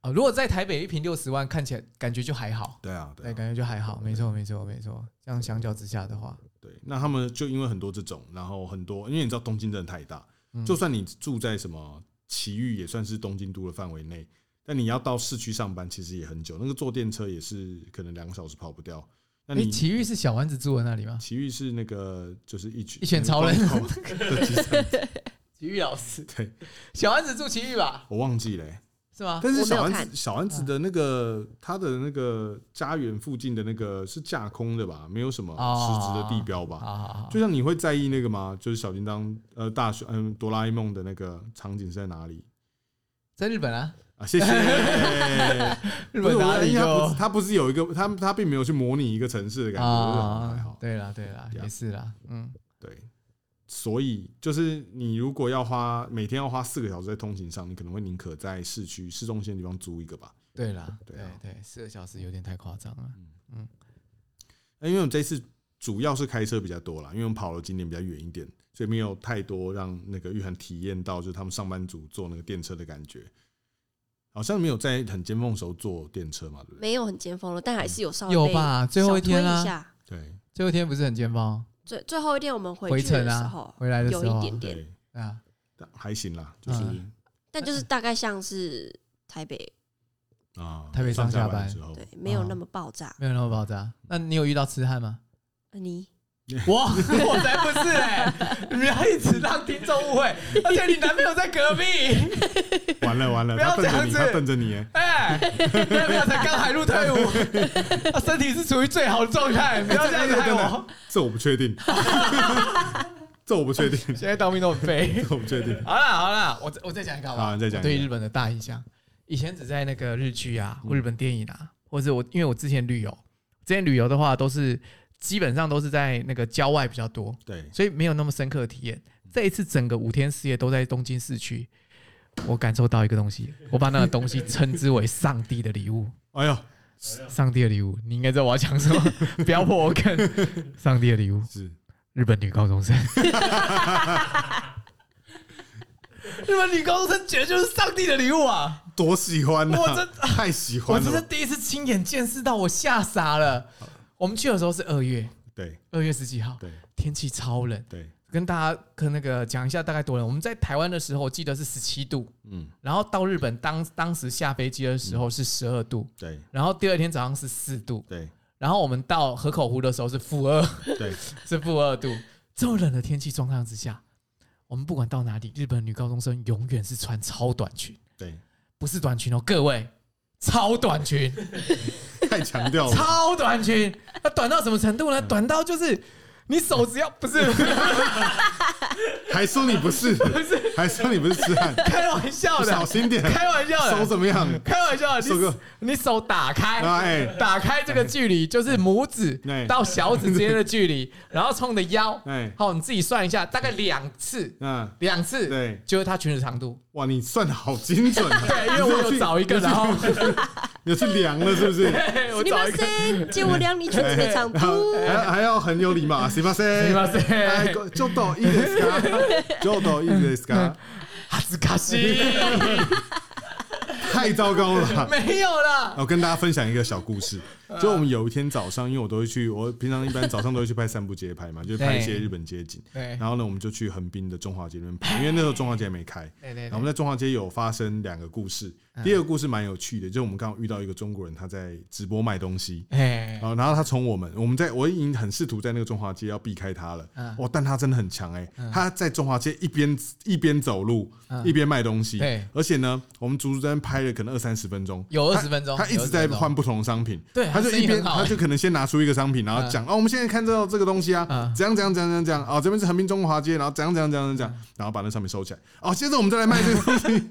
哦，如果在台北一平六十万，看起来感觉就还好。
对啊，对
对，
啊
感觉就还好，没错，没错，没错。这样相较之下的话，
对。那他们就因为很多这种，然后很多，因为你知道东京真的太大，
嗯
就算你住在什么埼玉，也算是东京都的范围内。但你要到市区上班，其实也很久，那个坐电车也是可能两个小时跑不掉。那
哎，
你
奇遇是小丸子住的那里吗？
奇遇是那个就是一拳
一拳超人
那个的集散地
奇遇老 师，
对，
小丸子住奇遇吧？
我忘记了欸、
是吗？
但是
哦
小
我没有
丸子
看嗯
小丸子的那个他的那个家园附近的那个是架空的吧？没有什么
哦
实质的地标吧？
好好好，
就像你会在意那个吗？就是小叮当呃大学嗯哆啦 A 梦的那个场景是在哪里
在日本啊，
啊？ 谢谢。
日
不
本
是我
哪
的意
里
思他不是
就
他不是有一个他他并没有去模拟一个城市的感觉，我觉得
哦
还好。
啊
啊
对啦对啦，
Yeah
也是啦，嗯，
对，所以就是你如果要花每天要花四个小时在通勤上，你可能会宁可在市区市中心的地方租一个吧。
对啦，对
对啊嗯
对，四个小时有点太夸张了。
那因为我们这次主要是开车比较多啦，因为我们跑的景点比较远一点，所以没有太多让那个玉涵体验到就是他们上班族坐那个电车的感觉。好像没有在很尖峰的时候坐电车嘛，对不对？
没有很尖峰了，但还是有稍微
有
被
吧？最后一天啊
小
啦，
推一下。
对
最后一天不是很尖峰，
最最后一天我们回
回
去
程
的时
啊
候，
回来的时候
有一
啊
点点，
对，
对啊，
但还行啦，就是
嗯
但就是大概像是台北，
啊，
台北上下
下
班
的时候，
对，没有那么爆炸。
没有那么爆炸。那你有遇到痴汉吗？
呃你
我我才不是哎、你不要一直让听众误会， 而且你男朋友在隔壁，
完了完了，
不要
他
这样
瞪着你，
子
他瞪着你耶，
哎、男朋友才刚海陆退伍， 他身体是处于最好的状态，不要这样子害我。
这我不确定，这我不确定，
现在当兵都很废。
这我不确定。
好啦好啦，我再我再讲一个好不好？
好你再讲一个
我对日本的大印象，以前只在那个日剧啊，
嗯
或日本电影啊，或者我因为我之前旅游，之前旅游的话都是基本上都是在那个郊外比较多，
对，
所以没有那么深刻的体验。这一次整个五天四夜都在东京市区，我感受到一个东西，我把那个东西称之为上帝的礼物。
哎呦，
上帝的礼物，你应该知道我要讲什 么，不要破我梗。上帝的礼物，
是
日本女高中 生。日本女高中生简直就是上帝的礼物啊！
多喜欢啊，
我真
太喜
我
欢
真是
了吧，
第一次亲眼见识到，我吓傻了。我们去的时候是二月，
对
二月十几号，
对
天气超冷。
对，
跟大家跟那个讲一下大概多冷。我们在台湾的时候，我记得是十七度，
嗯，
然后到日本当当时下飞机的时候是十二度，
对
然后第二天早上是四度，
对
然后我们到河口湖的时候是负二，
对，
是负二度。这么冷的天气状况之下，我们不管到哪里，日本女高中生永远是穿超短裙，
对，
不是短裙哦，各位，超短裙，
太强调了，
超短裙，它短到什么程度
哦
呢？短到就是你手只要不 是
还说你不是，还说你不是痴汉，
开玩笑
小
的，
心点，
开玩笑的，
手怎么样？
开玩笑，
手
你
哥
你手打开，
哎
打开这个距离就是拇指
哎
到小指之间的距离， 然后从你的腰，
哎，
好，你自己算一下，大概两次，
嗯，
两次，
对，
就是她裙子长度。
哇，你算的好精准啊，
对，因为我 有找一个，然后
你有去量了是不是？
嘿我
你
找
们
一个，
谁借我量你裙 子的长
然后
度？
还还要很有礼貌，啊すみませ
すみ
ん。
ません
哎こちょっといいですか？ちょっといいですか？
哈斯卡 西
太糟糕了吧。
没有啦，
我跟大家分享一个小故事，就我们有一天早上，因为我都会去，我平常一般早上都会去拍散步街拍嘛，就是拍一些
对
日本街景。
对
然后呢，我们就去横滨的中华街那边拍，因为那时候中华街还没开。
对嗯对
然后我们在中华街有发生两个故事，第一个故事蛮有趣的，就是我们刚好遇到一个中国人，他在直播卖东西，
哎
然，后然后他从我们，我们在我已经很试图在那个中华街要避开他了，
嗯
哦，但他真的很强哎、他在中华街一边一边走路、
嗯
一边卖东西，
对
而且呢，我们足足在那边拍了可能二三十分钟，
有
他
20分钟
他一
有
直在
20分钟
换不同的商品，
对
他
他
就
生
一
意
边
很好
他
欸
就可能先拿出一个商品，然后
嗯
讲哦，我们现在看到这个东西啊
嗯，
怎样怎样怎样怎样怎样，哦，这边是横滨中华街，然后怎样怎样怎样怎样，然后把那商品收起来，哦，接着我们再来卖这个东西，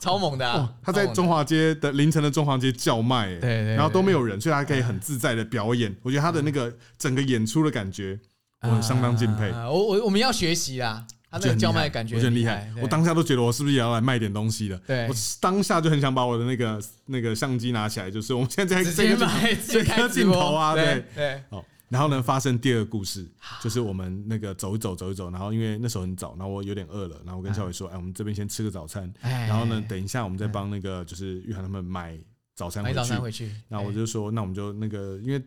超猛的
哦
啊，，
他在
超猛的
中华街的凌晨的中华街叫卖、欸，
对对对嗯
然后都没有人，所以他可以很自在的表演。我觉得他的那个整个演出的感觉，我很相当敬佩。
啊我我我们要学习啦，他那
我
个
觉得很厉害
叫卖感觉
我觉得很厉
害
害。。我当下都觉得我是不是也要来卖点东西了？
对
我当下就很想把我的那个那个相机拿起来，就是我们现在
直
在
接买，直接开
这个
直
镜头
播
啊，对
对。对，
哦，然后呢，发生第二个 故事，就是我们那个走一走，走一走，然后因为那时候很早，然后我有点饿了，然后我跟小伟说，哎，我们这边先吃个早餐，
嗯哎
然后呢，等一下我们再帮那个就是玉涵他们买早餐回
买早餐
去
回。去。哎
那我就说，那我们就那个，因为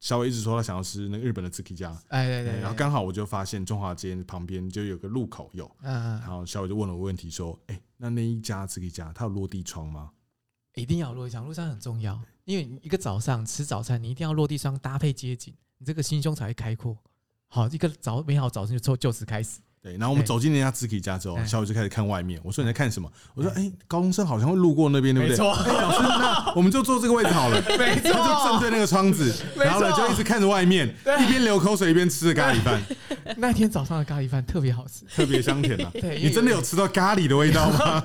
小伟一直说他想要吃那个日本的 tsuki 家，
哎对对，
然后刚好我就发现中华街旁边就有个路口有，
嗯
然后小伟就问了我问题说，哎，那那一家 tsuki 家它有落地窗吗？
一定要落地窗，落地窗很重要，因为你一个早上吃早餐，你一定要落地窗搭配街景，你这个心胸才会开阔。好，一个早美好早晨就就就此开始。
对，然后我们
对
走进那家 tsuki 家之后，
哎
小伟就开始看外面，我说你在看什么？我说，哎，高中生好像会路过那边，对不对？老师，那我们就坐这个位置好了。
没
他就正对那个窗子，
没错
然后呢就一直看着外面，一边流口水一边吃着咖喱饭，
那天早上的咖喱饭特别好吃。
特别香甜啊！
对
你真的有吃到咖喱的味道吗？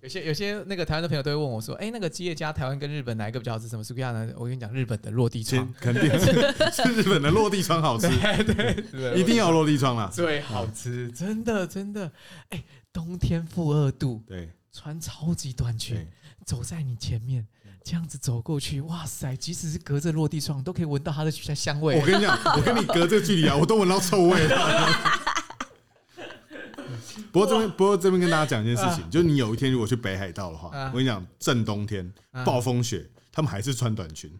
有些有些那个台湾的朋友都会问我说：“哎、那个吉野家台湾跟日本哪一个比较好吃？什么苏格亚呢？”我跟你讲，日本的落地窗
先，肯 定是是日本的落地窗 好吃，一定要有落地窗啦。
最好吃，真的真的。哎、冬天负二度，
对
穿超级短裙
对，
走在你前面，
嗯
这样子走过去，哇塞！即使是隔着落地窗，都可以闻到它的香香味
我。跟你 讲，我跟你隔这个距离啊，我都闻到臭味了。不不过这边，不过这边跟大家讲一件事情，就是你有一天如果去北海道的话，
啊
我跟你讲，正冬天
啊
暴风雪，他们还是穿短裙。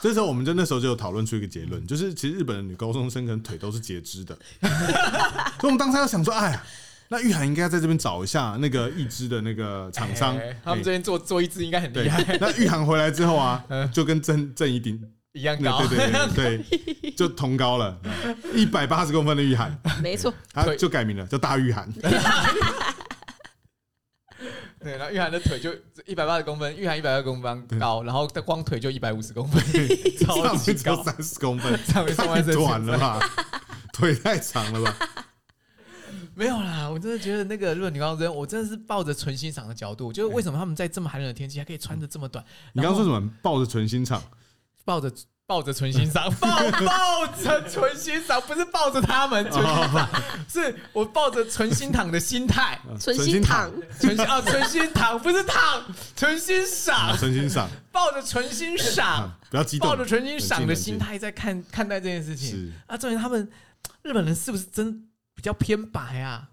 这时候，我们就那时候就有讨论出一个结论，就是其实日本的女高中生可能腿都是截肢的，所以我们当时要想说，哎呀，那玉涵应该在这边找一下那个义肢的那个厂商
哎，他们
哎
这边做做一只应该很厉
对
害，，
那玉涵回来之后啊
嗯，
就跟郑郑怡鼎
一样高
那，对对对对，就同高了，一百八十公分的玉涵，
没错，
他就改名了，叫大玉涵。
哎对，然后玉涵的腿就一百八十公分，玉涵一百二公分高，然后他光腿就一百五十公分， 超
上
级
面只有
高，
三十公分，
上面上
太
半身
短了吧？腿太长 了吧？
没有啦，我真的觉得那个日本女高中生，我真的是抱着纯欣赏的角度，就是为什么他们在这么寒冷的天气还可以穿的这么短，
嗯你刚刚说什么？抱着纯心唱，
抱着抱着纯欣 赏，抱抱着纯欣赏，不是抱着他们纯欣
哦
赏，是我抱着纯欣赏的心态，
呃
存
纯
心躺，
纯欣啊纯欣赏不是躺，纯欣赏
躺，，纯啊心赏，
抱着纯欣赏
啊。不要激动，
抱着纯欣赏的
冷静
心，态在看看待这件事
冷静
情。
是
啊，重点他们日本人是不是真比较偏白啊？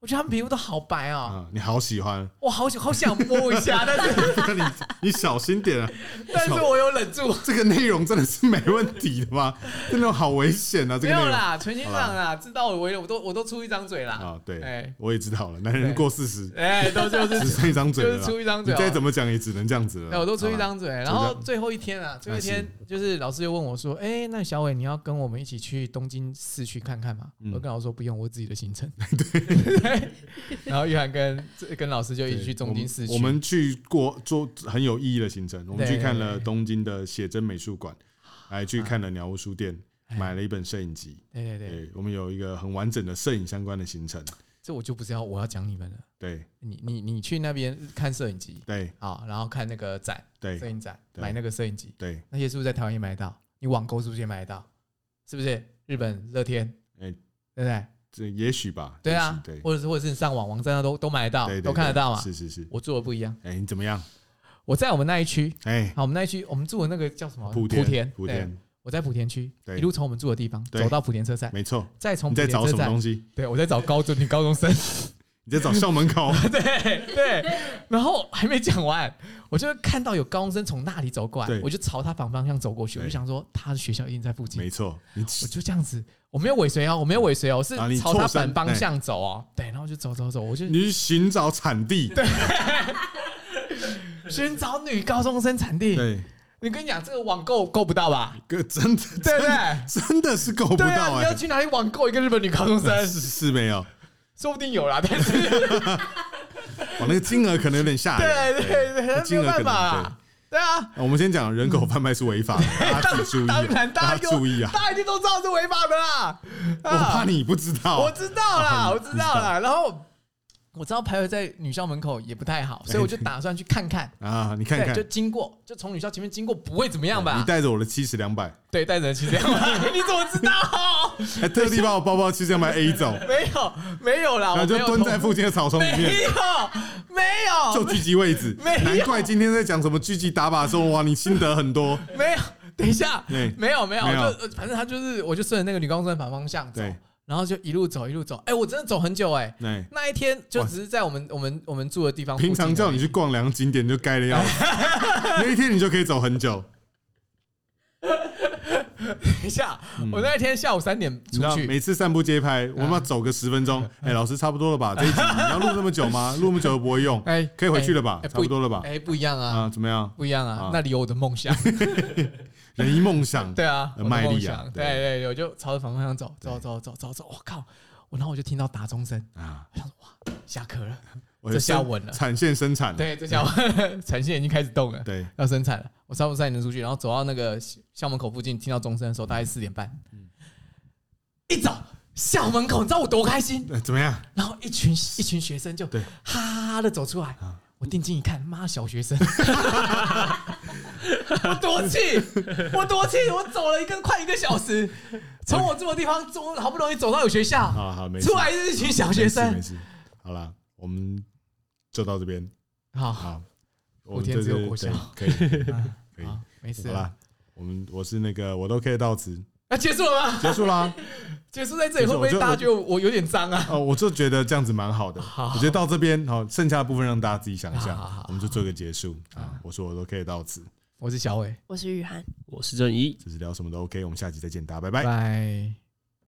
我觉得他们皮肤都好白哦，
啊，你好喜欢，
我好想好想摸一下，但是
你你小心点啊！
但是我有忍住，
这个内容真的是没问题的吗？这内容好危险啊！这
没
个内
有
容
啦，纯欣赏啦，知道我为人，我都我都出一张嘴啦，
啊，对，
哎
我也知道了，男人
对
过四十
哎，都就
只
是
剩一张嘴
就
了
是
啦，
出一张
你
嘴哦，
再怎么讲也只能这样子
对，
了。
我都出一
好吧，
张嘴，然
张
后最后一天啊，最后一天就是老师又问我说：“哎，那小伟你要跟我们一起去东京市区看看吗？”
嗯
我跟老师说不用，我自己的行 程。对，然后玉涵跟跟老师就一起去
对
东京市区，
我们我们去过做很有意义的行程，我们
对
去看了
对
东京的写真美术馆，还去看了鸟屋书店，
哎
买了一本摄影集。
对对对，
对，我们有一个很完整的摄影相关的行程。
这我就不知道我要讲你们了。
对
你你你去那边看摄影机
对
啊，然后看那个展，摄
对
影展，
对
买那个摄影机，
对，
那些是不是在台湾也买得到？你网购是不是也买得到？是不是日本乐天？
哎
对不对？
这也许吧。
对
也
啊
许，对
或者是或者是你上网网站上都都买得到
对，对
都看得到啊嘛
对。是是是。
我住的不一样，
哎，你怎么样？
我在我们那一区，
哎，
好，我们那一区我们住的那个叫什么？
莆
田，
莆
对，
田，
我在莆田区，
对
一路从我们住的地方
对
走到莆田车站，
没错。
再从
你
莆
在
田
找
车
什么
站
东，西？
对我在找高中女高中生，
你在找校门口？
对对，然后还没讲完，我就看到有高中生从那里走过来
对，
我就朝他反方向走过去，我
对
就想说他的学校一定在附近
没，错，你
我就这样子，我没有尾随哦，我没有尾随哦，我是
啊你
朝他
错身
反方向走哦，对，然后就走走走，我就
你去寻找产地。
寻找女高中生产地。
对，
你跟你讲，这个网购够不到吧？
哥真的
对不
真
对
的？真的是够不
对
到
啊，你要
哎。
去哪里网购一个日本女高中生？
是是没有，
说不定有啦，但 是对
我那个金额可能有点吓人。
对对，
那
没
金
有
额
办
可能
法啊。对啊，
啊我们先讲人口贩卖是违法的，大家自己注意
当
啊，
然大
大
家
家
就
注意啊！
大家一定都知道是违法的啦。
我
啊
怕你不知道，
我知道啦，
哦
我
你
知道啦。然后我知道徘徊在女校门口也不太好，所以我就打算去看哎看。
啊！你看
对，
看
就，经过，就从女校前面经过，不会怎么样
你
吧？
带着我的七十两百，
对，带着去 这样吧，你怎么知道？
还特地把我包包七十两百 A 走，
没有，没有啦，
然
我
后就
没有
蹲
同
在附近的草丛里
没
面。
有，没有，
就狙击位置，
没有
难怪今天在讲什么狙击打靶的时候，哇，你心得很 多。
没有，等一下，
对
没有没有，
没有
我就呃反正他就是，我就顺着那个女高中生反方向走
对，
然后就一路走一路走，哎、我真的走很久哎、
对，
那一天就只是在我们我们我们住的地哦方附近
平
而已，
常叫你去逛两个景点就该 的要死，那一天你就可以走很久。
等一下，我那一天下午三点
你知
出
道
去，嗯
每次散步街拍，我们要走个十分钟。哎，老师差不多 了吧？这一集你要录这么久吗？录那么久又不会用，
哎
可以回去了吧？
哎
差不多了吧
哎、？不一样啊，
啊，怎么样？
不一样啊，
啊
那里有我的梦想，
人一梦想，
对啊，我
很
的
卖力啊
梦想，对
对
对对，我就朝着反方向走，走走走走走，我靠，我然后我就听到打钟声，
啊，
我想说哇，下课了，
我的
这下
生
稳了
产线生产了，
对，这下午产线已经开始动了。
对，
要生产了，我差不多三点钟出去，然后走到那个校门口附近，听到钟声的时候，大概四点半。
嗯
一早校门口，你知道我多开心？
呃怎么样？
然后一群一群学生就
对啊
哈哈的走出来，我定睛一看，妈小学生， 我多气，我多气，我走了一个快一个小时，从我住的地方走，好不容易走到有学校，
好好，没事
出，来是一群小学
没
生。
事，没事好啦，我们就到这边。
好，
好，我
莆田
对
只有
对
国
对
小
可以，
啊
可以
好，没事
好啦。我们我是那个我都可以到此，
啊，结束了吗？
结束啦。
结束在这里会不会
结束我就
大家觉得我有点脏啊？
哦，我就觉得这样子蛮好的。
好
我觉得到这边好，剩下的部分让大家自己想
好好好
象，我们就做个结束啊。我说我都可以到此，
我是小伟，
我是雨涵。
我是郑怡。
只是聊什么都 OK。我们下期再见，大家拜拜。
拜。